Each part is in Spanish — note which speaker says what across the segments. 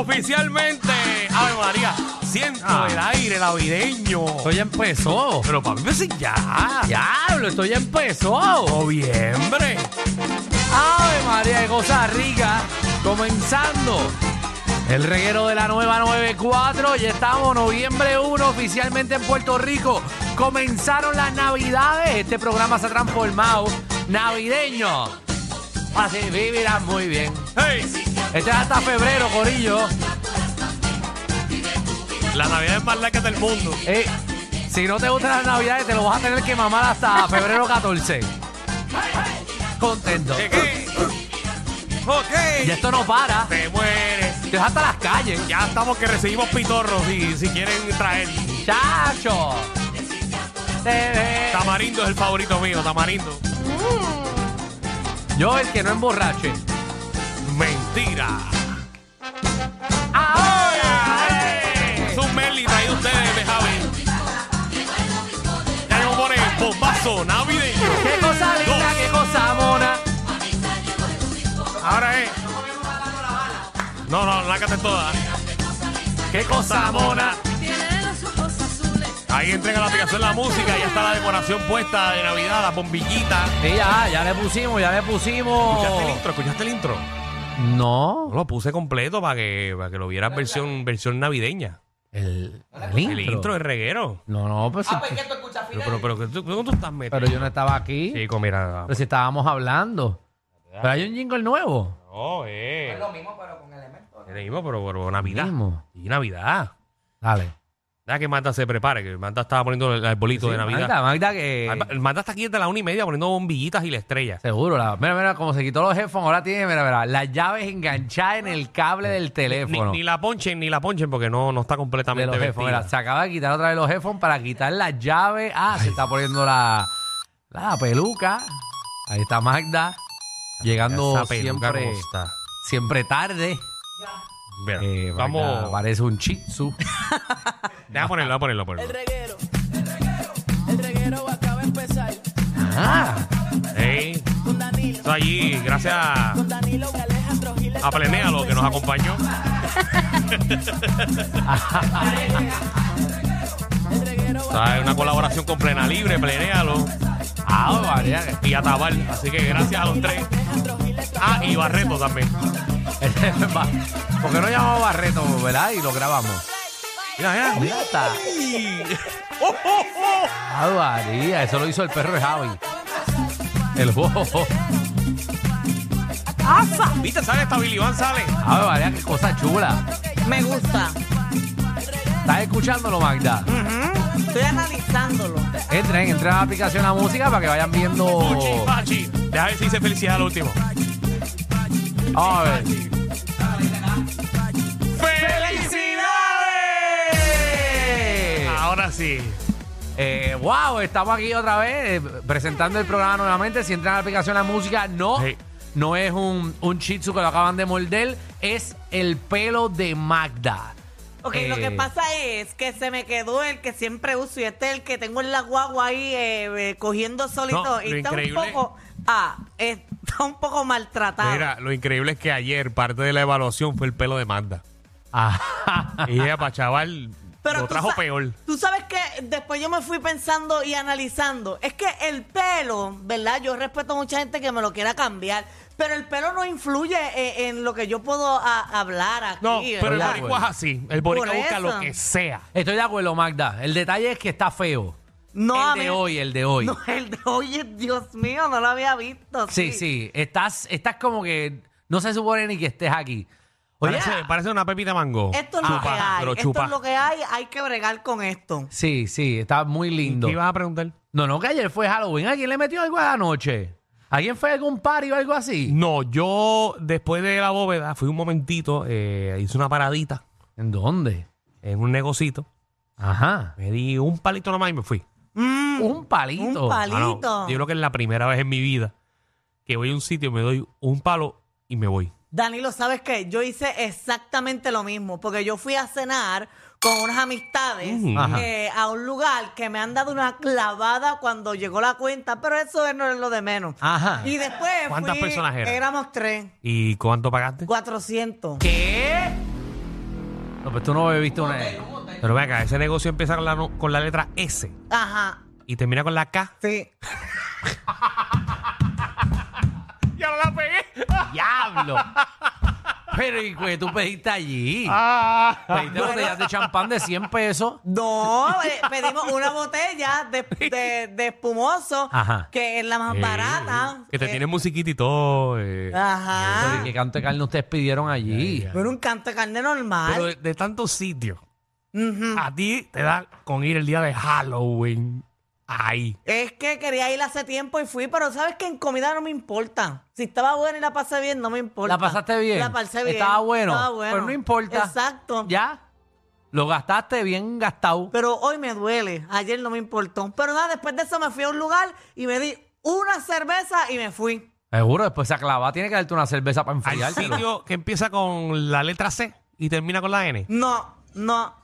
Speaker 1: oficialmente. Ave María, siento
Speaker 2: Ah.
Speaker 1: el aire navideño.
Speaker 2: Esto ya empezó.
Speaker 1: Pero papi, pues sí, ya.
Speaker 2: Diablo, esto ya empezó.
Speaker 1: Noviembre.
Speaker 2: Ave María de Cosa Rica. Comenzando. El reguero de la nueva 94. Ya estamos noviembre 1 oficialmente en Puerto Rico. Comenzaron las navidades. Este programa se ha transformado navideño. Así vivirás muy bien.
Speaker 1: Hey,
Speaker 2: Este es hasta febrero, Corillo.
Speaker 1: la Navidad es más larga del mundo.
Speaker 2: Ey, si no te gustan las navidades, te lo vas a tener que mamar hasta febrero 14. Contento.
Speaker 1: Llegué.
Speaker 2: Y
Speaker 1: Ok.
Speaker 2: esto no para.
Speaker 1: Te mueres.
Speaker 2: Esto es hasta las calles.
Speaker 1: Ya estamos que recibimos pitorros si, si quieren traer.
Speaker 2: ¡Chacho! Te ve.
Speaker 1: Tamarindo es el favorito mío, Tamarindo.
Speaker 2: Yo el que no emborrache.
Speaker 1: Mentira.
Speaker 2: ¡Ahora! eh.
Speaker 1: Es un Merly traído ustedes de Javi. Ya nos pone bombazo navideño.
Speaker 2: ¡Qué cosa linda, qué cosa mona!
Speaker 1: Ahora es. No, no, lácate toda.
Speaker 2: ¡Qué cosa mona!
Speaker 3: Tiene los ojos azules.
Speaker 1: Ahí entrega la aplicación la música, ya está la decoración puesta de Navidad, las bombillitas.
Speaker 2: Y ya, ya le pusimos, ya le
Speaker 1: ¿Escuchaste el
Speaker 2: pusimos.
Speaker 1: intro? ¿Escuchaste el intro? No,
Speaker 2: No.
Speaker 1: Lo puse completo para que, para que lo vieras versión, versión navideña.
Speaker 2: El, el intro.
Speaker 1: El intro de reguero.
Speaker 2: No, no, pues sí.
Speaker 1: Pero, pero, pero, ¿tú- ¿cómo tú estás metido?
Speaker 2: Pero yo no estaba aquí.
Speaker 1: Chico, mira.
Speaker 2: Pero si estábamos hablando. Pero hay un jingle nuevo.
Speaker 1: No, eh. Es lo mismo, pero con elementos. Es lo mismo, pero, pero Navidad.
Speaker 2: Mismo.
Speaker 1: Y Navidad.
Speaker 2: Dale.
Speaker 1: Deja que Manda se prepare, que Manda estaba poniendo el arbolito de
Speaker 2: Sí,
Speaker 1: Navidad.
Speaker 2: Magda, Magda que...
Speaker 1: Alba- El Manda está aquí desde la una y media poniendo bombillitas y la estrella.
Speaker 2: Seguro, la, mira, mira, como se quitó los headphones, ahora tiene, mira, mira, las llaves enganchadas en el cable del
Speaker 1: Ni,
Speaker 2: teléfono.
Speaker 1: ni la ponchen, ni la ponchen, porque no, no está
Speaker 2: de
Speaker 1: completamente
Speaker 2: los headphones.
Speaker 1: vestida.
Speaker 2: Mira, se acaba de quitar otra vez los headphones para quitar las llaves. Ah, se está poniendo la, la peluca. Ahí está Magda, llegando
Speaker 1: Esa peluca
Speaker 2: siempre,
Speaker 1: como está.
Speaker 2: siempre tarde.
Speaker 1: Mira,
Speaker 2: Eh, Magda
Speaker 1: vamos.
Speaker 2: Parece un chitsu.
Speaker 1: Deja ponerlo, deja ponerlo,
Speaker 4: El
Speaker 1: ponerlo.
Speaker 4: reguero. El reguero acaba de empezar.
Speaker 2: Ah,
Speaker 1: Ey,
Speaker 4: Con Danilo.
Speaker 1: Eso allí, gracias a,
Speaker 4: Con Danilo y Alejandro Giles.
Speaker 1: a Plenéalo que nos acompañó.
Speaker 4: El reguero
Speaker 1: O
Speaker 4: acaba
Speaker 1: sea, es una colaboración con Plena Libre, Plenéalo
Speaker 2: ah, María,
Speaker 1: y Atabal. Así que gracias a los tres.
Speaker 4: Alejandro Giles.
Speaker 1: Ah, y Barreto también.
Speaker 2: ¿Por qué no llamamos a Barreto, verdad? Y lo grabamos.
Speaker 1: Mira, mira.
Speaker 2: Mira, está.
Speaker 1: Oh, oh, oh.
Speaker 2: Ah, María, eso lo hizo el perro de Javi. El bojo.
Speaker 1: ¿Viste? Sale esta Billy Van, sale.
Speaker 2: Ave María, qué cosa chula.
Speaker 5: Me gusta.
Speaker 2: ¿Estás escuchándolo, Magda?
Speaker 5: Estoy analizándolo.
Speaker 2: Entren, entren a la aplicación a música para que vayan viendo.
Speaker 1: Puchi, Pachi. Deja ver si dice felicidad al último.
Speaker 2: A ver.
Speaker 1: ¡Felicidades! Ahora sí.
Speaker 2: Eh, wow, estamos aquí otra vez eh, presentando el programa nuevamente. Si entran a la aplicación a música, no.
Speaker 1: Sí.
Speaker 2: No es un, un shih tzu que lo acaban de morder, es el pelo de Magda.
Speaker 5: Ok,
Speaker 2: Eh,
Speaker 5: lo que pasa es que se me quedó el que siempre uso y este es el que tengo en la guagua ahí eh, eh, cogiendo solito.
Speaker 1: No,
Speaker 5: y
Speaker 1: lo
Speaker 5: está
Speaker 1: increíble-
Speaker 5: un poco. Ah, está un poco maltratado.
Speaker 1: Mira, lo increíble es que ayer parte de la evaluación fue el pelo de Magda.
Speaker 2: ajá.
Speaker 1: Y ella, para chaval, lo
Speaker 5: tú
Speaker 1: trajo
Speaker 5: sa-
Speaker 1: peor.
Speaker 5: Tú sabes que después yo me fui pensando y analizando. Es que el pelo, ¿verdad? Yo respeto a mucha gente que me lo quiera cambiar. Pero el pelo no influye eh, en, lo que yo puedo a- hablar aquí.
Speaker 1: No, pero el
Speaker 5: ¿verdad?
Speaker 2: Por
Speaker 1: boricua es así. El boricua
Speaker 5: Por
Speaker 1: busca
Speaker 5: eso.
Speaker 1: lo que sea.
Speaker 2: Estoy de acuerdo, Magda. El detalle es que está feo.
Speaker 5: No, a
Speaker 2: el de
Speaker 5: mí-
Speaker 2: hoy, el de hoy.
Speaker 5: No, el de oye, Dios mío, no lo había visto.
Speaker 2: sí, sí. Estás, estás como que no se supone ni que estés aquí. Oye, ah,
Speaker 1: Parece, parece una pepita de mango.
Speaker 5: Esto es lo que
Speaker 1: Chupa,
Speaker 5: hay.
Speaker 1: pero
Speaker 5: Esto
Speaker 1: chupa.
Speaker 5: es lo que hay. Hay que bregar con esto.
Speaker 2: Sí, sí, está muy lindo.
Speaker 1: ¿Qué ibas a preguntar?
Speaker 2: No, no, que ayer fue Halloween. ¿Alguien le metió algo a la noche? ¿Alguien fue a algún party o algo así?
Speaker 1: No, yo después de la bóveda fui un momentito, eh, hice una paradita
Speaker 2: ¿En dónde?
Speaker 1: en un negocito.
Speaker 2: Ajá.
Speaker 1: Me di un palito nomás y me fui.
Speaker 5: Mm,
Speaker 2: Un palito.
Speaker 5: Un palito.
Speaker 1: Mano, yo creo que es la primera vez en mi vida que voy a un sitio, me doy un palo y me voy.
Speaker 5: Danilo, ¿sabes qué? Yo hice exactamente lo mismo. Porque yo fui a cenar con unas amistades
Speaker 1: Mm.
Speaker 2: Ajá.
Speaker 5: eh, a un lugar que me han dado una clavada cuando llegó la cuenta. Pero eso no es lo de menos.
Speaker 2: Ajá.
Speaker 5: Y después.
Speaker 1: Ah. ¿Cuántas
Speaker 5: fui-
Speaker 1: personas eran?
Speaker 5: Éramos tres.
Speaker 1: ¿Y cuánto pagaste?
Speaker 5: 400.
Speaker 2: ¿Qué? No, pues tú no bebiste una.
Speaker 1: Pero ve acá, ese negocio empieza con la, no- con la letra S
Speaker 5: Ajá.
Speaker 1: y termina con la K.
Speaker 5: Sí.
Speaker 1: ¡Ya no la pegué!
Speaker 2: ¡Diablo! Pero, ¿y qué tú pediste allí?
Speaker 1: ¡Ah!
Speaker 2: Pediste botellas de champán de 100 pesos.
Speaker 5: No, eh, pedimos una botella de, de- de espumoso,
Speaker 2: Ajá.
Speaker 5: que es la más barata.
Speaker 1: Eh, Que te
Speaker 5: Eh, Ah,
Speaker 1: tiene musiquita y todo. eh.
Speaker 2: Pero, ¿y
Speaker 5: Ajá.
Speaker 2: qué canto de carne ustedes pidieron allí?
Speaker 5: Pero un canto de carne normal.
Speaker 2: eh,
Speaker 1: Pero de, de tantos sitios.
Speaker 5: ah. Ujú.
Speaker 1: A ti te da con ir el día de Halloween. Ahí.
Speaker 5: Es que quería ir hace tiempo y fui, pero sabes que en comida no me importa. Si estaba buena y la pasé bien, no me importa.
Speaker 2: ¿La pasaste bien?
Speaker 5: La pasé bien.
Speaker 2: Estaba bueno.
Speaker 5: Estaba bueno.
Speaker 2: Pero no importa.
Speaker 5: Exacto.
Speaker 2: ¿Ya? Lo gastaste bien gastado.
Speaker 5: Pero hoy me duele. Ayer no me importó. Pero nada, después de eso me fui a un lugar y me di una cerveza y me fui.
Speaker 2: Seguro, después se clavada tiene que darte una cerveza para
Speaker 1: Hay
Speaker 2: enfriártelo.
Speaker 1: sitio que empieza con la letra C y termina con la N.
Speaker 5: No, no.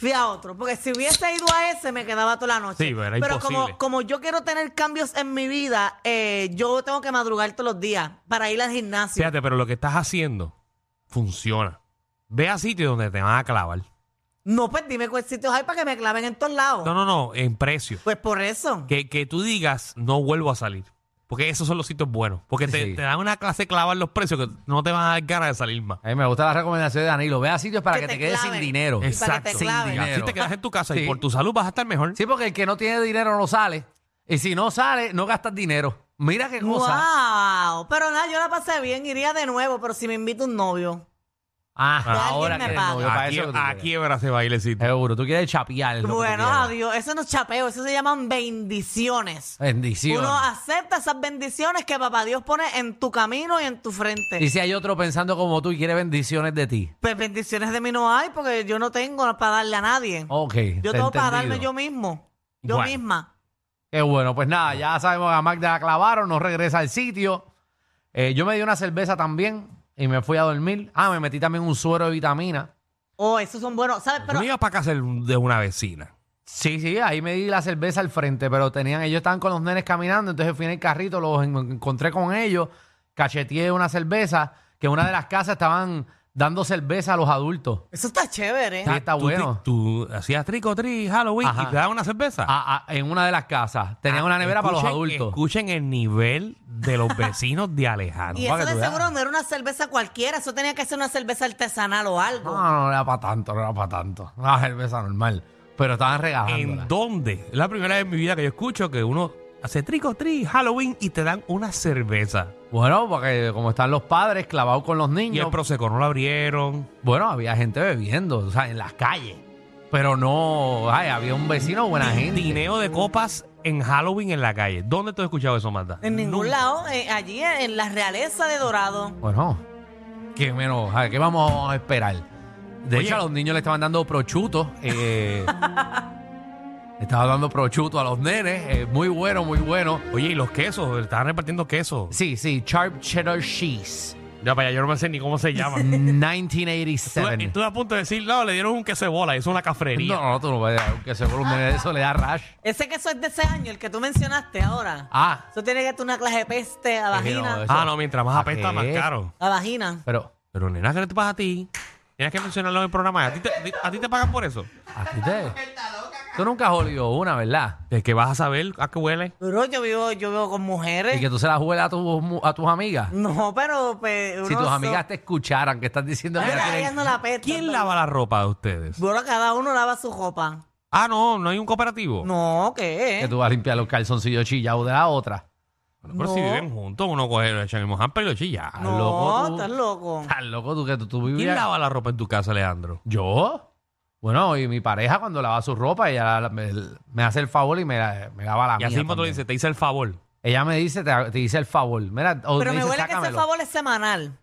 Speaker 5: Fui a otro. Porque si hubiese ido a ese, me quedaba toda la noche.
Speaker 1: Sí, pero era imposible.
Speaker 5: como, como yo quiero tener cambios en mi vida, eh, yo tengo que madrugar todos los días para ir al gimnasio.
Speaker 1: Fíjate, pero lo que estás haciendo funciona. Ve a sitios donde te van a clavar.
Speaker 5: No, pues dime cuál sitio hay para que me claven en todos lados.
Speaker 1: No, no, no, en precio.
Speaker 5: Pues por eso.
Speaker 1: Que, que tú digas, no vuelvo a salir. Porque esos son los sitios buenos. Porque te,
Speaker 2: Sí.
Speaker 1: te dan una clase clava en los precios que no te van a dar ganas de salir más.
Speaker 2: A mí me gusta la recomendación de Danilo. Ve a sitios para que,
Speaker 5: Que
Speaker 2: te,
Speaker 5: te
Speaker 2: quedes sin
Speaker 5: claven.
Speaker 2: dinero.
Speaker 5: Y para que te
Speaker 1: Exacto.
Speaker 5: claven.
Speaker 1: Y así te quedas en tu casa
Speaker 2: Sí.
Speaker 1: y por tu salud vas a estar mejor.
Speaker 2: Sí, porque el que no tiene dinero no sale. Y si no sale, no gastas dinero. Mira qué cosa.
Speaker 5: Wow, pero nada, yo la pasé bien, iría de nuevo, pero si me invita un novio.
Speaker 2: Ah,
Speaker 5: Que alguien
Speaker 2: ahora
Speaker 5: me
Speaker 2: que eres
Speaker 5: pague.
Speaker 2: novio, para
Speaker 1: Aquí,
Speaker 2: eso que tú
Speaker 1: a
Speaker 2: quieres.
Speaker 1: quiebra se va a ir el sitio.
Speaker 2: Seguro, tú quieres chapear. es lo que tú
Speaker 5: Bueno,
Speaker 2: quieres.
Speaker 5: adiós, eso no es chapeo, eso se llaman bendiciones.
Speaker 2: Bendición.
Speaker 5: Uno acepta esas bendiciones que papá Dios pone en tu camino y en tu frente.
Speaker 2: Y si hay otro pensando como tú y quiere bendiciones de ti.
Speaker 5: Pues bendiciones de mí no hay porque yo no tengo para darle a nadie.
Speaker 2: Ok.
Speaker 5: yo
Speaker 2: te
Speaker 5: tengo para
Speaker 2: entendido.
Speaker 5: darme yo mismo, yo
Speaker 1: Bueno.
Speaker 5: misma.
Speaker 2: Qué bueno, pues nada, ya sabemos que a Magda la clavaron, no regresa al sitio. Eh, yo me di una cerveza también y me fui a dormir. Ah, me metí también un suero de vitamina.
Speaker 5: Oh, esos son buenos, ¿sabes?
Speaker 1: No
Speaker 5: Pero
Speaker 1: ibas para casa de una vecina.
Speaker 2: Sí, sí, ahí me di la cerveza al frente, pero tenían, ellos estaban con los nenes caminando, entonces fui en el carrito, los en- encontré con ellos, cacheteé una cerveza, que en una de las casas estaban dando cerveza a los adultos.
Speaker 5: eso está chévere.
Speaker 2: Sí. Ah, está
Speaker 1: tú,
Speaker 2: bueno.
Speaker 1: Tú, hacías trico, tri, Halloween
Speaker 2: Ajá.
Speaker 1: y te daban una cerveza.
Speaker 2: A- a- en una de las casas. Tenían una nevera para los
Speaker 1: Ah, Escuchen-
Speaker 2: adultos.
Speaker 1: Escuchen el nivel de los vecinos de Alejandro.
Speaker 5: Y
Speaker 2: para
Speaker 5: eso
Speaker 2: que tú
Speaker 5: de
Speaker 2: veas.
Speaker 5: seguro no era una cerveza cualquiera, eso tenía que ser una cerveza artesanal o algo.
Speaker 2: No, no, no era para tanto, no era para tanto. Una cerveza normal. Pero estaban regalando.
Speaker 1: ¿En dónde? Es la primera vez en mi vida que yo escucho que uno hace trico, tri, Halloween y te dan una cerveza.
Speaker 2: Bueno, porque como están los padres clavados con los
Speaker 1: Y el
Speaker 2: niños,
Speaker 1: Prosecco no lo abrieron.
Speaker 2: bueno, había gente bebiendo, o sea, en las calles. Pero no, ay, había un vecino buena gente.
Speaker 1: Dineo de copas en Halloween en la calle. ¿Dónde tú has escuchado eso, Marta?
Speaker 5: En ningún lado, eh, allí en, en la realeza de Dorado.
Speaker 2: Bueno, qué menos, a ver, ¿qué vamos a esperar? De
Speaker 1: Oye.
Speaker 2: hecho, a los niños le estaban dando prochutos. Eh, le estaban dando prochutos a los nenes. eh, muy bueno, muy bueno.
Speaker 1: Oye, y los quesos, estaban repartiendo quesos.
Speaker 2: Sí, sí, Sharp Cheddar Cheese,
Speaker 1: Ya para allá, yo no me sé ni cómo se llama. Estuve,
Speaker 2: 1987.
Speaker 1: estuve a punto de decir, no, le dieron un queso de bola, hizo una cafrería.
Speaker 2: No, no, tú no puedes, aunque se un nene de eso le da rash.
Speaker 5: Ese queso es de ese año, el que tú mencionaste ahora.
Speaker 2: Ah,
Speaker 5: Eso tiene que ser una clase de peste a
Speaker 2: que no,
Speaker 5: vagina.
Speaker 2: eso-
Speaker 1: Ah, no, mientras más
Speaker 2: ¿A
Speaker 1: apesta,
Speaker 2: qué?
Speaker 1: más caro.
Speaker 5: A vagina.
Speaker 2: pero
Speaker 1: Pero nena, ¿qué te pasa a ti? Tienes que mencionarlo en el programa. ¿A ti te, a ti te pagan por eso?
Speaker 2: ¿A ti te- Tú nunca has olido una, ¿verdad?
Speaker 1: Es que vas a saber a qué huele.
Speaker 5: Pero yo vivo, yo vivo con mujeres.
Speaker 2: Y que tú se la juegas a, tus mu- a tus amigas.
Speaker 5: No, pero pues,
Speaker 2: Si
Speaker 5: uno
Speaker 2: tus
Speaker 5: so-
Speaker 2: amigas te escucharan que estás diciendo que
Speaker 5: Ay,
Speaker 2: no
Speaker 5: ay,
Speaker 2: quieren-
Speaker 5: no la apesta,
Speaker 1: ¿Quién
Speaker 5: pero-
Speaker 1: lava la ropa de ustedes?
Speaker 5: Bueno, cada uno lava su ropa.
Speaker 1: Ah, no, no hay un cooperativo.
Speaker 5: No, ¿qué?
Speaker 2: que tú vas a limpiar los calzoncillos chillados de la otra.
Speaker 1: Bueno, pero si
Speaker 5: no.
Speaker 1: viven juntos, uno coge, lo echa en el mojamper y lo chilla.
Speaker 2: Ah,
Speaker 5: no,
Speaker 2: loco, tú.
Speaker 5: estás loco.
Speaker 2: Estás loco tú que tú, tú
Speaker 1: ¿Quién
Speaker 2: vivías.
Speaker 1: lava la ropa en tu casa, Leandro?
Speaker 2: ¿Yo? Bueno, y mi pareja cuando lava su ropa, ella la- me, me hace el favor y me, la- me lava la
Speaker 1: Y
Speaker 2: mía.
Speaker 1: así mismo tú le
Speaker 2: también.
Speaker 1: dices, te hice el favor.
Speaker 2: Ella me dice, te, te dice el favor. Mira, o
Speaker 5: Pero me
Speaker 2: dice,
Speaker 5: huele que ese
Speaker 2: "Sácamelo".
Speaker 5: favor es semanal.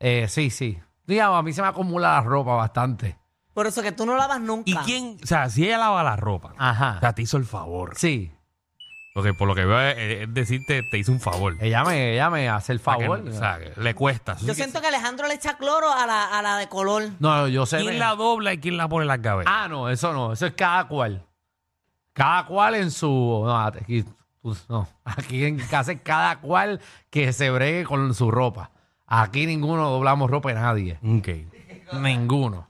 Speaker 2: Eh, sí, sí. Digamos, a mí se me acumula la ropa bastante.
Speaker 5: Por eso que tú no lavas nunca.
Speaker 1: ¿Y quién? O sea, si ella lava la ropa,
Speaker 5: Ah.
Speaker 2: Ajá.
Speaker 1: o sea, te hizo el favor.
Speaker 2: Sí.
Speaker 1: Porque por lo que veo es, es decirte, te hizo un favor.
Speaker 2: Ella me, ella me hace el
Speaker 1: O sea, que-
Speaker 2: favor.
Speaker 1: o sea, que le cuesta. Así
Speaker 5: Yo
Speaker 1: que-
Speaker 5: siento que Alejandro le echa cloro a la, a la de color.
Speaker 2: No, no, yo sé.
Speaker 1: ¿Quién la dobla y quién la pone en la cabeza?
Speaker 2: Ah, no, eso no. Eso es cada cual. Cada cual en su. No, aquí, tú- no. aquí en casa es cada cual que se bregue con su ropa. Aquí ninguno doblamos ropa de nadie.
Speaker 1: Ok.
Speaker 2: Ninguno.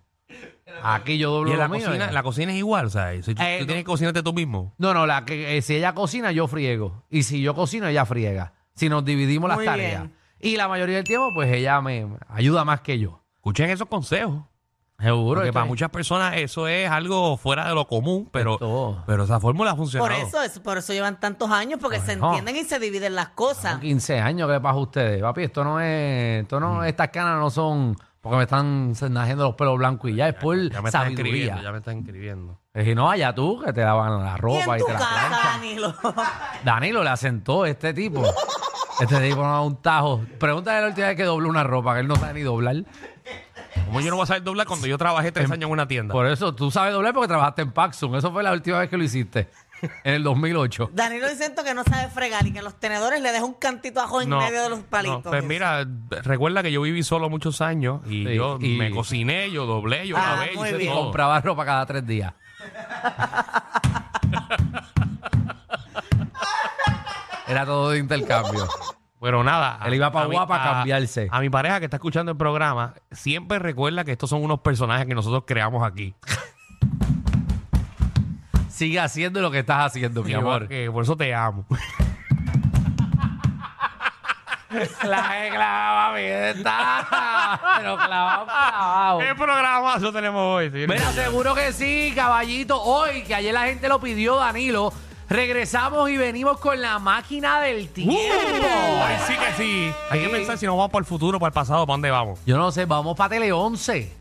Speaker 2: Aquí yo doblo
Speaker 1: Y en la
Speaker 2: lo mío,
Speaker 1: cocina,
Speaker 2: ¿eh?
Speaker 1: la cocina es igual, o sea, si tú,
Speaker 2: Eh,
Speaker 1: tú
Speaker 2: no.
Speaker 1: tienes que cocinarte tú mismo.
Speaker 2: No, no, la que, eh, si ella cocina, yo friego. Y si yo cocino, ella friega. Si nos dividimos las
Speaker 5: Muy
Speaker 2: tareas.
Speaker 5: bien.
Speaker 2: Y la mayoría del tiempo, pues ella me me ayuda más que yo.
Speaker 1: Escuchen esos consejos.
Speaker 2: Seguro.
Speaker 1: Porque
Speaker 2: esto
Speaker 1: para
Speaker 2: es-
Speaker 1: muchas personas eso es algo fuera de lo común, pero,
Speaker 2: Esto-
Speaker 1: pero esa fórmula ha funcionado.
Speaker 5: Por eso, es- por eso llevan tantos años, porque se
Speaker 2: Bueno.
Speaker 5: entienden y se dividen las cosas.
Speaker 2: Son 15 años que le pasa a ustedes. Papi, esto no es. Esto
Speaker 1: Mm.
Speaker 2: no, Estas canas no son. Porque me están se- naciendo los pelos blancos y ya es por
Speaker 1: ya me están escribiendo,
Speaker 2: sabiduría.
Speaker 1: ya me están escribiendo.
Speaker 2: Es que no, allá tú que te lavan la
Speaker 5: Y en
Speaker 2: ropa y,
Speaker 5: tu
Speaker 2: te la
Speaker 5: casa,
Speaker 2: planchan.
Speaker 5: Danilo.
Speaker 2: Danilo le asentó este tipo. Este tipo no da un tajo. Pregúntale la última vez que dobló una ropa, que él no sabe ni doblar.
Speaker 1: Como yo no voy a saber doblar cuando yo trabajé tres años en una tienda.
Speaker 2: Por eso tú sabes doblar porque trabajaste en Paxson. Eso fue la última vez que lo hiciste, en el 2008.
Speaker 5: Danilo diciendo que no sabe fregar y que los tenedores le deja un cantito ajo en medio de los palitos.
Speaker 1: no, pues mira, recuerda que yo viví solo muchos años y
Speaker 2: Sí,
Speaker 1: yo
Speaker 2: y-
Speaker 1: me cociné, yo doblé, yo
Speaker 5: Ah,
Speaker 1: lavé, yo
Speaker 5: muy
Speaker 1: hice
Speaker 5: bien.
Speaker 1: todo.
Speaker 2: Compraba ropa cada tres días. Era todo de intercambio.
Speaker 1: Pero nada.
Speaker 2: Él iba pa'
Speaker 1: mi-
Speaker 2: Guapa a cambiarse.
Speaker 1: A mi pareja que está escuchando el programa, siempre recuerda que estos son unos personajes que nosotros creamos aquí.
Speaker 2: Sigue haciendo lo que estás haciendo, mi
Speaker 1: Yo,
Speaker 2: amor.
Speaker 1: que por eso te amo.
Speaker 2: La he clavado, mi está. Pero clavado, clavado.
Speaker 1: ¿Qué programa eso tenemos hoy? señores?
Speaker 2: Mira, seguro que sí, caballito. Hoy, que ayer la gente lo pidió, Danilo. Regresamos y venimos con la máquina del
Speaker 1: ¡Uh!
Speaker 2: tiempo.
Speaker 1: Ay, sí que sí. Hay que
Speaker 2: Sí.
Speaker 1: pensar si nos vamos para el futuro, para el pasado, para dónde vamos.
Speaker 2: Yo no sé, vamos para Tele 11.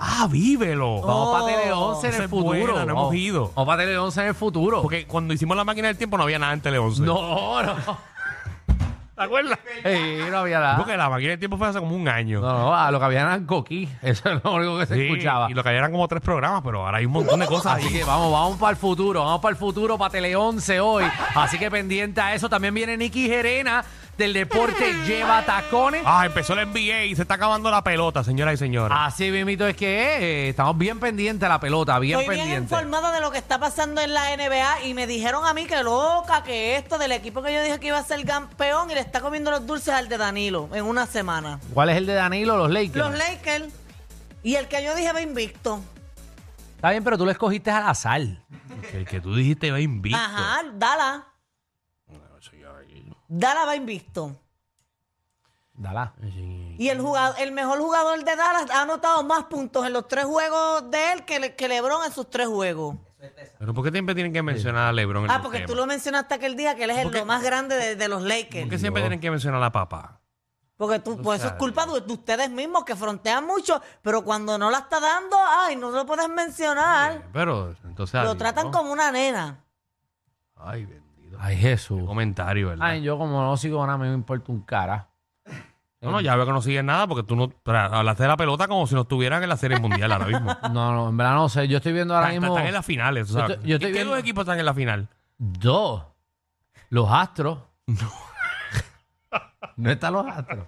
Speaker 1: Ah, vívelo.
Speaker 2: Vamos
Speaker 5: Oh.
Speaker 2: para Tele 11 en
Speaker 1: Esa
Speaker 2: el
Speaker 1: es buena,
Speaker 2: futuro.
Speaker 1: no hemos
Speaker 2: Vamos-
Speaker 1: ido.
Speaker 2: Vamos para Tele 11 en el futuro.
Speaker 1: Porque cuando hicimos la máquina del tiempo no había nada en Tele 11.
Speaker 2: No, no.
Speaker 1: ¿Te acuerdas?
Speaker 2: Ey, no había nada.
Speaker 1: Porque la máquina del tiempo fue hace como un año.
Speaker 2: No, no, a lo que había eran coquí. Eso es lo único que se
Speaker 1: Sí,
Speaker 2: escuchaba.
Speaker 1: Y lo que había eran como tres programas, pero ahora hay un montón de cosas
Speaker 2: Así
Speaker 1: ahí.
Speaker 2: que vamos, vamos para el futuro, vamos para el futuro, para Tele 11 hoy. Así que pendiente a eso. También viene Nicky Gerena del deporte
Speaker 5: Ah.
Speaker 2: Lleva Tacones.
Speaker 1: Ah, empezó el NBA y se está acabando la pelota, señoras y señores.
Speaker 5: Ah.
Speaker 2: Así mismito es que es, eh, estamos bien pendientes a la pelota, bien
Speaker 5: Estoy bien
Speaker 2: pendientes.
Speaker 5: informada de lo que está pasando en la NBA y me dijeron a mí que loca, que esto del equipo que yo dije que iba a ser campeón y le está comiendo los dulces al de Danilo en una semana.
Speaker 2: ¿Cuál es el de Danilo? Los Lakers.
Speaker 5: Los Lakers y el que yo dije va invicto.
Speaker 2: Está bien, pero tú lo escogiste al azar.
Speaker 1: El que tú dijiste va invicto.
Speaker 5: Ajá, Dala. Dala va invicto.
Speaker 2: Dala.
Speaker 5: Y el, jugador, el mejor jugador de Dallas ha anotado más puntos en los tres juegos de él que, Le- que LeBron en sus tres juegos.
Speaker 1: Pero ¿por qué siempre tienen que mencionar a LeBron? en
Speaker 5: Ah,
Speaker 1: los
Speaker 5: porque tú
Speaker 1: temas?
Speaker 5: lo mencionaste aquel día que él es el lo más grande de, de los
Speaker 1: ¿Por qué
Speaker 5: Lakers.
Speaker 1: siempre tienen que mencionar a papá?
Speaker 5: Porque tú, pues eso es
Speaker 1: sabes.
Speaker 5: culpa de, de ustedes mismos que frontean mucho, pero cuando no la está dando, ay, no lo puedes mencionar.
Speaker 1: Pero entonces.
Speaker 5: Lo
Speaker 1: adiós,
Speaker 5: tratan
Speaker 1: ¿no?
Speaker 5: como una nena.
Speaker 1: Ay, bendito.
Speaker 2: Ay, Jesús.
Speaker 1: Comentario, ¿verdad?
Speaker 2: Ay, yo como no sigo nada, me importa un cara.
Speaker 1: No, no, ya veo que no sigues nada porque tú no tra- hablaste de la pelota como si no estuvieran en la Serie Mundial ahora mismo.
Speaker 2: No, no, en verdad no sé. Yo estoy viendo ahora
Speaker 1: Están-
Speaker 2: mismo
Speaker 1: Están en las finales, tú
Speaker 2: Yo
Speaker 1: ¿sabes?
Speaker 2: estoy- yo estoy
Speaker 1: ¿Y ¿Qué
Speaker 2: viendo-
Speaker 1: dos equipos están en la final?
Speaker 2: dos. Los astros. no están los astros.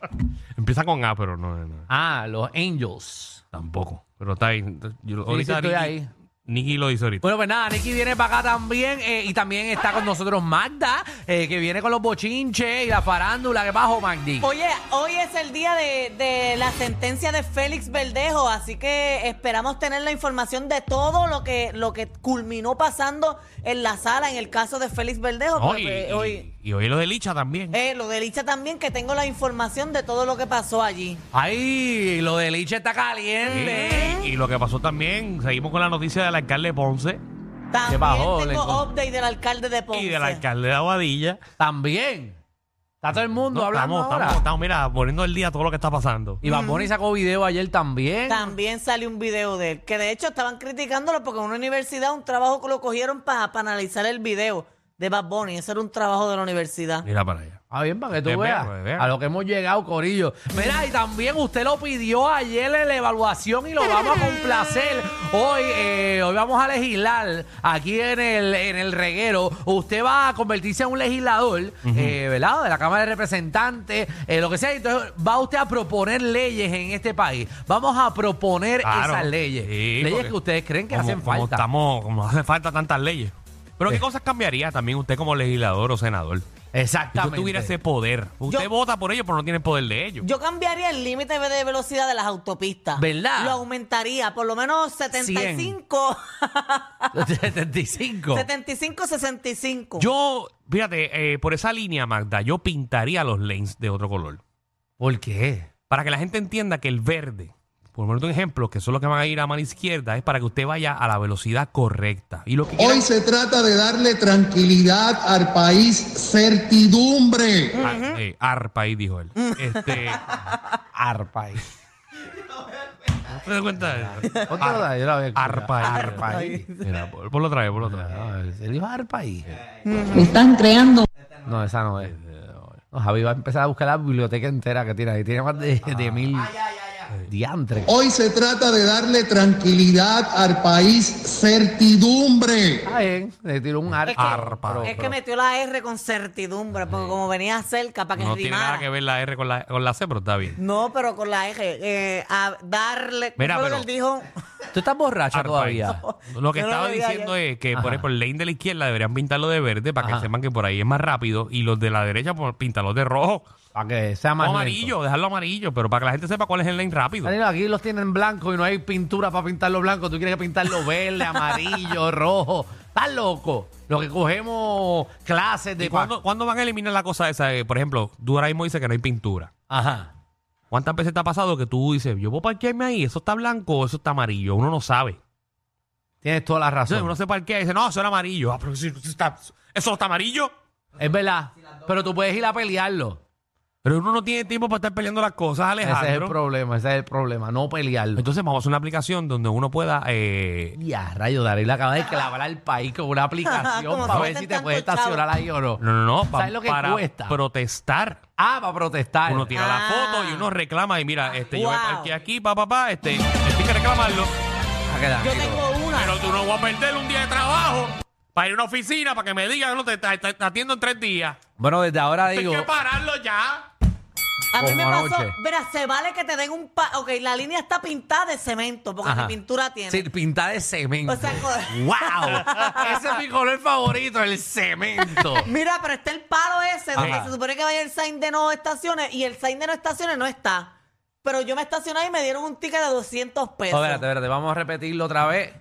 Speaker 1: Empieza con A, pero no, no,
Speaker 2: Ah, los angels.
Speaker 1: tampoco. Pero está ahí. Yo-
Speaker 2: sí, estoy ahí.
Speaker 1: Nicky lo dice ahorita.
Speaker 2: Bueno, pues nada, Nicky viene para acá también eh, y también está con nosotros Magda, eh, que viene con los bochinches y la farándula que bajo, Magdi.
Speaker 5: Oye, hoy es el día de, de la sentencia de Félix Verdejo, así que esperamos tener la información de todo lo que lo que culminó pasando en la sala en el caso de Félix Verdejo.
Speaker 1: No,
Speaker 5: porque,
Speaker 1: y,
Speaker 5: pues, hoy,
Speaker 1: y- y hoy lo de Licha también.
Speaker 5: eh, lo de Licha también, que tengo la información de todo lo que pasó allí.
Speaker 2: Ay, lo de Licha está
Speaker 1: Sí,
Speaker 2: caliente.
Speaker 1: Y lo que pasó también, seguimos con la noticia del alcalde Ponce,
Speaker 5: También
Speaker 2: bajó, le
Speaker 5: tengo
Speaker 2: encont-
Speaker 5: update del alcalde de Ponce.
Speaker 1: y del alcalde de Aguadilla.
Speaker 2: También. Está todo el mundo
Speaker 1: No,
Speaker 2: hablando
Speaker 1: estamos,
Speaker 2: ahora.
Speaker 1: estamos, Mm. estamos, mira, poniendo el día todo lo que está pasando.
Speaker 2: Y Bad Bunny sacó video ayer también.
Speaker 5: También salió un video de él, que de hecho estaban criticándolo porque en una universidad un trabajo que lo cogieron para, para analizar el video de Bad Bunny. Ese era un trabajo de la universidad.
Speaker 1: Mira para allá.
Speaker 2: Ah, bien, para que
Speaker 1: De
Speaker 2: tú veas
Speaker 1: ver, de ver.
Speaker 2: a lo que hemos llegado, Corillo. Mira, y también usted lo pidió ayer en la evaluación y lo vamos a complacer. Hoy, eh, hoy vamos a legislar aquí en el, en el reguero. Usted va a convertirse en un legislador, eh, ¿verdad? De la Cámara de Representantes, eh, lo que sea. Entonces, va usted a proponer leyes en este país. Vamos a proponer
Speaker 1: Claro.
Speaker 2: esas leyes.
Speaker 1: Sí,
Speaker 2: leyes
Speaker 1: porque
Speaker 2: que ustedes creen que
Speaker 1: como-
Speaker 2: hacen
Speaker 1: como
Speaker 2: falta. Eh.
Speaker 1: estamos, como hacen falta tantas leyes. Pero ¿qué cosas cambiaría también usted como legislador o senador? Si tú
Speaker 2: Exactamente.
Speaker 1: tuvieras ese poder, usted
Speaker 5: Yo-
Speaker 1: vota por ellos, pero no tiene el poder de ellos.
Speaker 5: Yo cambiaría el límite de velocidad de las autopistas.
Speaker 2: ¿Verdad?
Speaker 5: Lo aumentaría, por lo menos 75,
Speaker 2: 75.
Speaker 5: 75, 65.
Speaker 1: Yo, fíjate, eh, por esa línea, Magda, yo pintaría los lanes de otro color.
Speaker 2: ¿Por qué?
Speaker 1: Para que la gente entienda que el verde, por poner un ejemplo, que son los que van a ir a mano izquierda, es para que usted vaya a la velocidad correcta. Y lo que quiera-
Speaker 6: Hoy se trata de darle tranquilidad al país, certidumbre.
Speaker 1: Ar- eh, arpa ahí, dijo él.
Speaker 2: Mm.
Speaker 1: Este,
Speaker 2: Arpa. ahí.
Speaker 1: ¿no ¿Te das cuenta de eso?
Speaker 2: Póntelo de ahí, yo la voy a escuchar.
Speaker 1: Arpa ahí.
Speaker 2: Arpa ahí.
Speaker 1: Mira, por- ponlo otra vez, ponlo otra vez.
Speaker 2: No, él dijo arpa ahí.
Speaker 7: Me están creando
Speaker 2: No, esa no es. No, Javi va a empezar a buscar la biblioteca entera que tiene ahí. Tiene más de, de mil diantres.
Speaker 6: Hoy se trata de darle tranquilidad al país, certidumbre.
Speaker 2: Está bien, le tiró un arpa.
Speaker 1: Arpa.
Speaker 2: Pero-
Speaker 5: es que
Speaker 2: pero-
Speaker 5: metió la R con certidumbre, porque como venía cerca para que
Speaker 1: No tiene nada
Speaker 5: rimara.
Speaker 1: que ver la R con la, con la C, pero está bien.
Speaker 5: No, pero con la R. eh, a darle.
Speaker 1: Mira,
Speaker 5: ¿cómo fue lo
Speaker 1: pero-
Speaker 5: que él dijo?
Speaker 2: Tú estás borracho
Speaker 1: Arpa
Speaker 2: todavía.
Speaker 1: ahí. Lo que
Speaker 5: Yo no
Speaker 1: estaba
Speaker 5: lo vi
Speaker 1: diciendo es que por ejemplo, el lane de la izquierda deberían pintarlo de verde para
Speaker 2: Ajá.
Speaker 1: que sepan que por ahí es más rápido y los de la derecha pues, pintarlos de rojo
Speaker 2: Para que
Speaker 1: o
Speaker 2: sea más.
Speaker 1: amarillo, dejarlo amarillo, pero para que la gente sepa cuál es el lane rápido.
Speaker 2: Danilo, aquí los tienen blanco y no hay pintura para pintarlo blanco. Tú quieres que pintarlo verde, amarillo, rojo. Estás loco. Lo que cogemos clases
Speaker 1: ¿Y
Speaker 2: de.
Speaker 1: cuándo, cuándo van a eliminar la cosa esa? de, por ejemplo, tú ahora mismo dices que no hay pintura.
Speaker 2: Ajá.
Speaker 1: ¿Cuántas veces te ha pasado que tú dices, yo puedo parquearme ahí, eso está blanco o eso está amarillo? Uno no sabe.
Speaker 2: Tienes toda la
Speaker 1: Entonces
Speaker 2: razón.
Speaker 1: uno se parquea y dice, no, eso era amarillo. Ah, pero si- si está- eso está amarillo.
Speaker 2: Es verdad. Pero tú puedes ir a pelearlo.
Speaker 1: Pero uno no tiene tiempo para estar peleando las cosas, Alejandro.
Speaker 2: Ese es el problema, ese es el problema. No pelearlo.
Speaker 1: Entonces vamos a hacer una aplicación donde uno pueda... eh,
Speaker 2: Ya, rayo, Darila acaba de clavar al país con una aplicación
Speaker 5: Como
Speaker 2: para
Speaker 5: si
Speaker 2: ver
Speaker 5: meten
Speaker 2: si te puedes
Speaker 5: tanto
Speaker 2: estacionar ahí o no.
Speaker 1: no, no, no. pa-
Speaker 2: ¿Sabes lo que
Speaker 1: para
Speaker 2: cuesta?
Speaker 1: protestar.
Speaker 2: Ah, para protestar.
Speaker 1: Uno tira
Speaker 5: Ah.
Speaker 1: la foto y uno reclama y mira, este, yo me
Speaker 5: Wow.
Speaker 1: parqué aquí, pa, pa, pa, este, hay que reclamarlo.
Speaker 2: Ah, que
Speaker 5: Yo
Speaker 2: Danilo.
Speaker 5: tengo una.
Speaker 1: Pero tú no vas a perder un día de trabajo para ir a una oficina para que me digan, no, te, te- te- te atiendo en tres días.
Speaker 2: Bueno, desde ahora digo.
Speaker 1: Hay que pararlo ya.
Speaker 5: A mí me
Speaker 2: Como
Speaker 5: pasó,
Speaker 2: anoche.
Speaker 5: mira, se vale que te den un pa ok, la línea está pintada de cemento, porque
Speaker 2: Ajá.
Speaker 5: ni pintura tiene.
Speaker 2: Sí, pintar de cemento.
Speaker 5: O sea, con-
Speaker 2: ¡Wow! Ese es mi color favorito, el cemento.
Speaker 5: Mira, pero está el palo ese donde
Speaker 2: Ajá.
Speaker 5: se supone que vaya el sign de no estaciones y el sign de no estaciones no está. Pero yo me estacioné y me dieron un ticket de 200 pesos.
Speaker 2: No, Oh, espérate, espérate, vamos a repetirlo otra vez.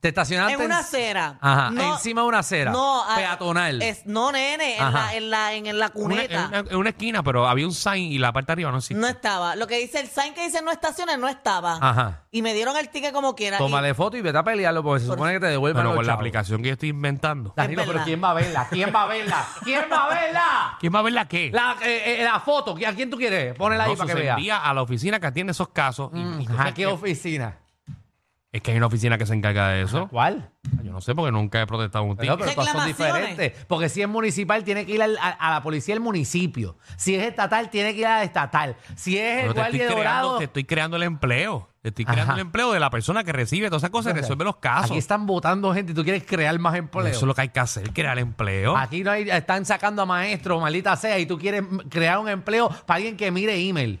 Speaker 2: Te estacionaste.
Speaker 5: en
Speaker 2: en-
Speaker 5: una acera.
Speaker 2: Ajá, encima de una acera.
Speaker 5: No, ah, a-
Speaker 2: Peatonal.
Speaker 5: es- no, nene, en
Speaker 2: Ajá.
Speaker 5: la, en, la, en, en la
Speaker 1: Una-
Speaker 5: cuneta.
Speaker 1: en, una, en una esquina, pero había un sign y la parte de arriba no existe.
Speaker 5: No estaba. Lo que dice el sign que dice no estaciones no estaba.
Speaker 2: Ajá.
Speaker 5: Y me dieron el ticket como quiera.
Speaker 2: Tómale foto y vete a pelearlo porque se supone que te devuelvan
Speaker 1: pero
Speaker 2: los
Speaker 1: con la
Speaker 2: chavos.
Speaker 1: aplicación que yo estoy inventando.
Speaker 2: Danilo,
Speaker 5: Es
Speaker 2: pero
Speaker 5: verdad.
Speaker 2: ¿quién va a verla? ¿Quién va a verla? ¿Quién va a verla?
Speaker 1: ¿Quién va a ver la qué?
Speaker 2: La, eh, eh, la foto, ¿a quién tú quieres? Ponela ahí
Speaker 1: No,
Speaker 2: para
Speaker 1: se
Speaker 2: que vea.
Speaker 1: envía a la oficina que atiende esos casos. y- y
Speaker 2: Mm,
Speaker 1: entonces
Speaker 2: ¿A qué oficina?
Speaker 1: es que hay una oficina que se encarga de eso.
Speaker 2: ¿Cuál?
Speaker 1: Yo no sé porque nunca he protestado un
Speaker 2: Pero,
Speaker 1: ticket.
Speaker 2: pero todas son
Speaker 5: Reclamaciones.
Speaker 2: diferentes. Porque si es municipal, tiene que ir al- a, a la policía del municio. Si es estatal, tiene que ir a la estatal. Si es
Speaker 1: Pero
Speaker 2: el
Speaker 1: te
Speaker 2: guardia
Speaker 1: estoy,
Speaker 2: de
Speaker 1: creando,
Speaker 2: dorado.
Speaker 1: te estoy creando el empleo. Te estoy creando
Speaker 2: Ajá.
Speaker 1: el empleo de la persona que recibe todas esas cosas y resuelve los casos.
Speaker 2: Aquí están votando gente y tú quieres crear más
Speaker 1: Eso
Speaker 2: empleo.
Speaker 1: es lo que hay que hacer, crear empleo.
Speaker 2: Aquí no hay, están sacando a maestros, maldita sea, y tú quieres m- crear un empleo para alguien que mire email.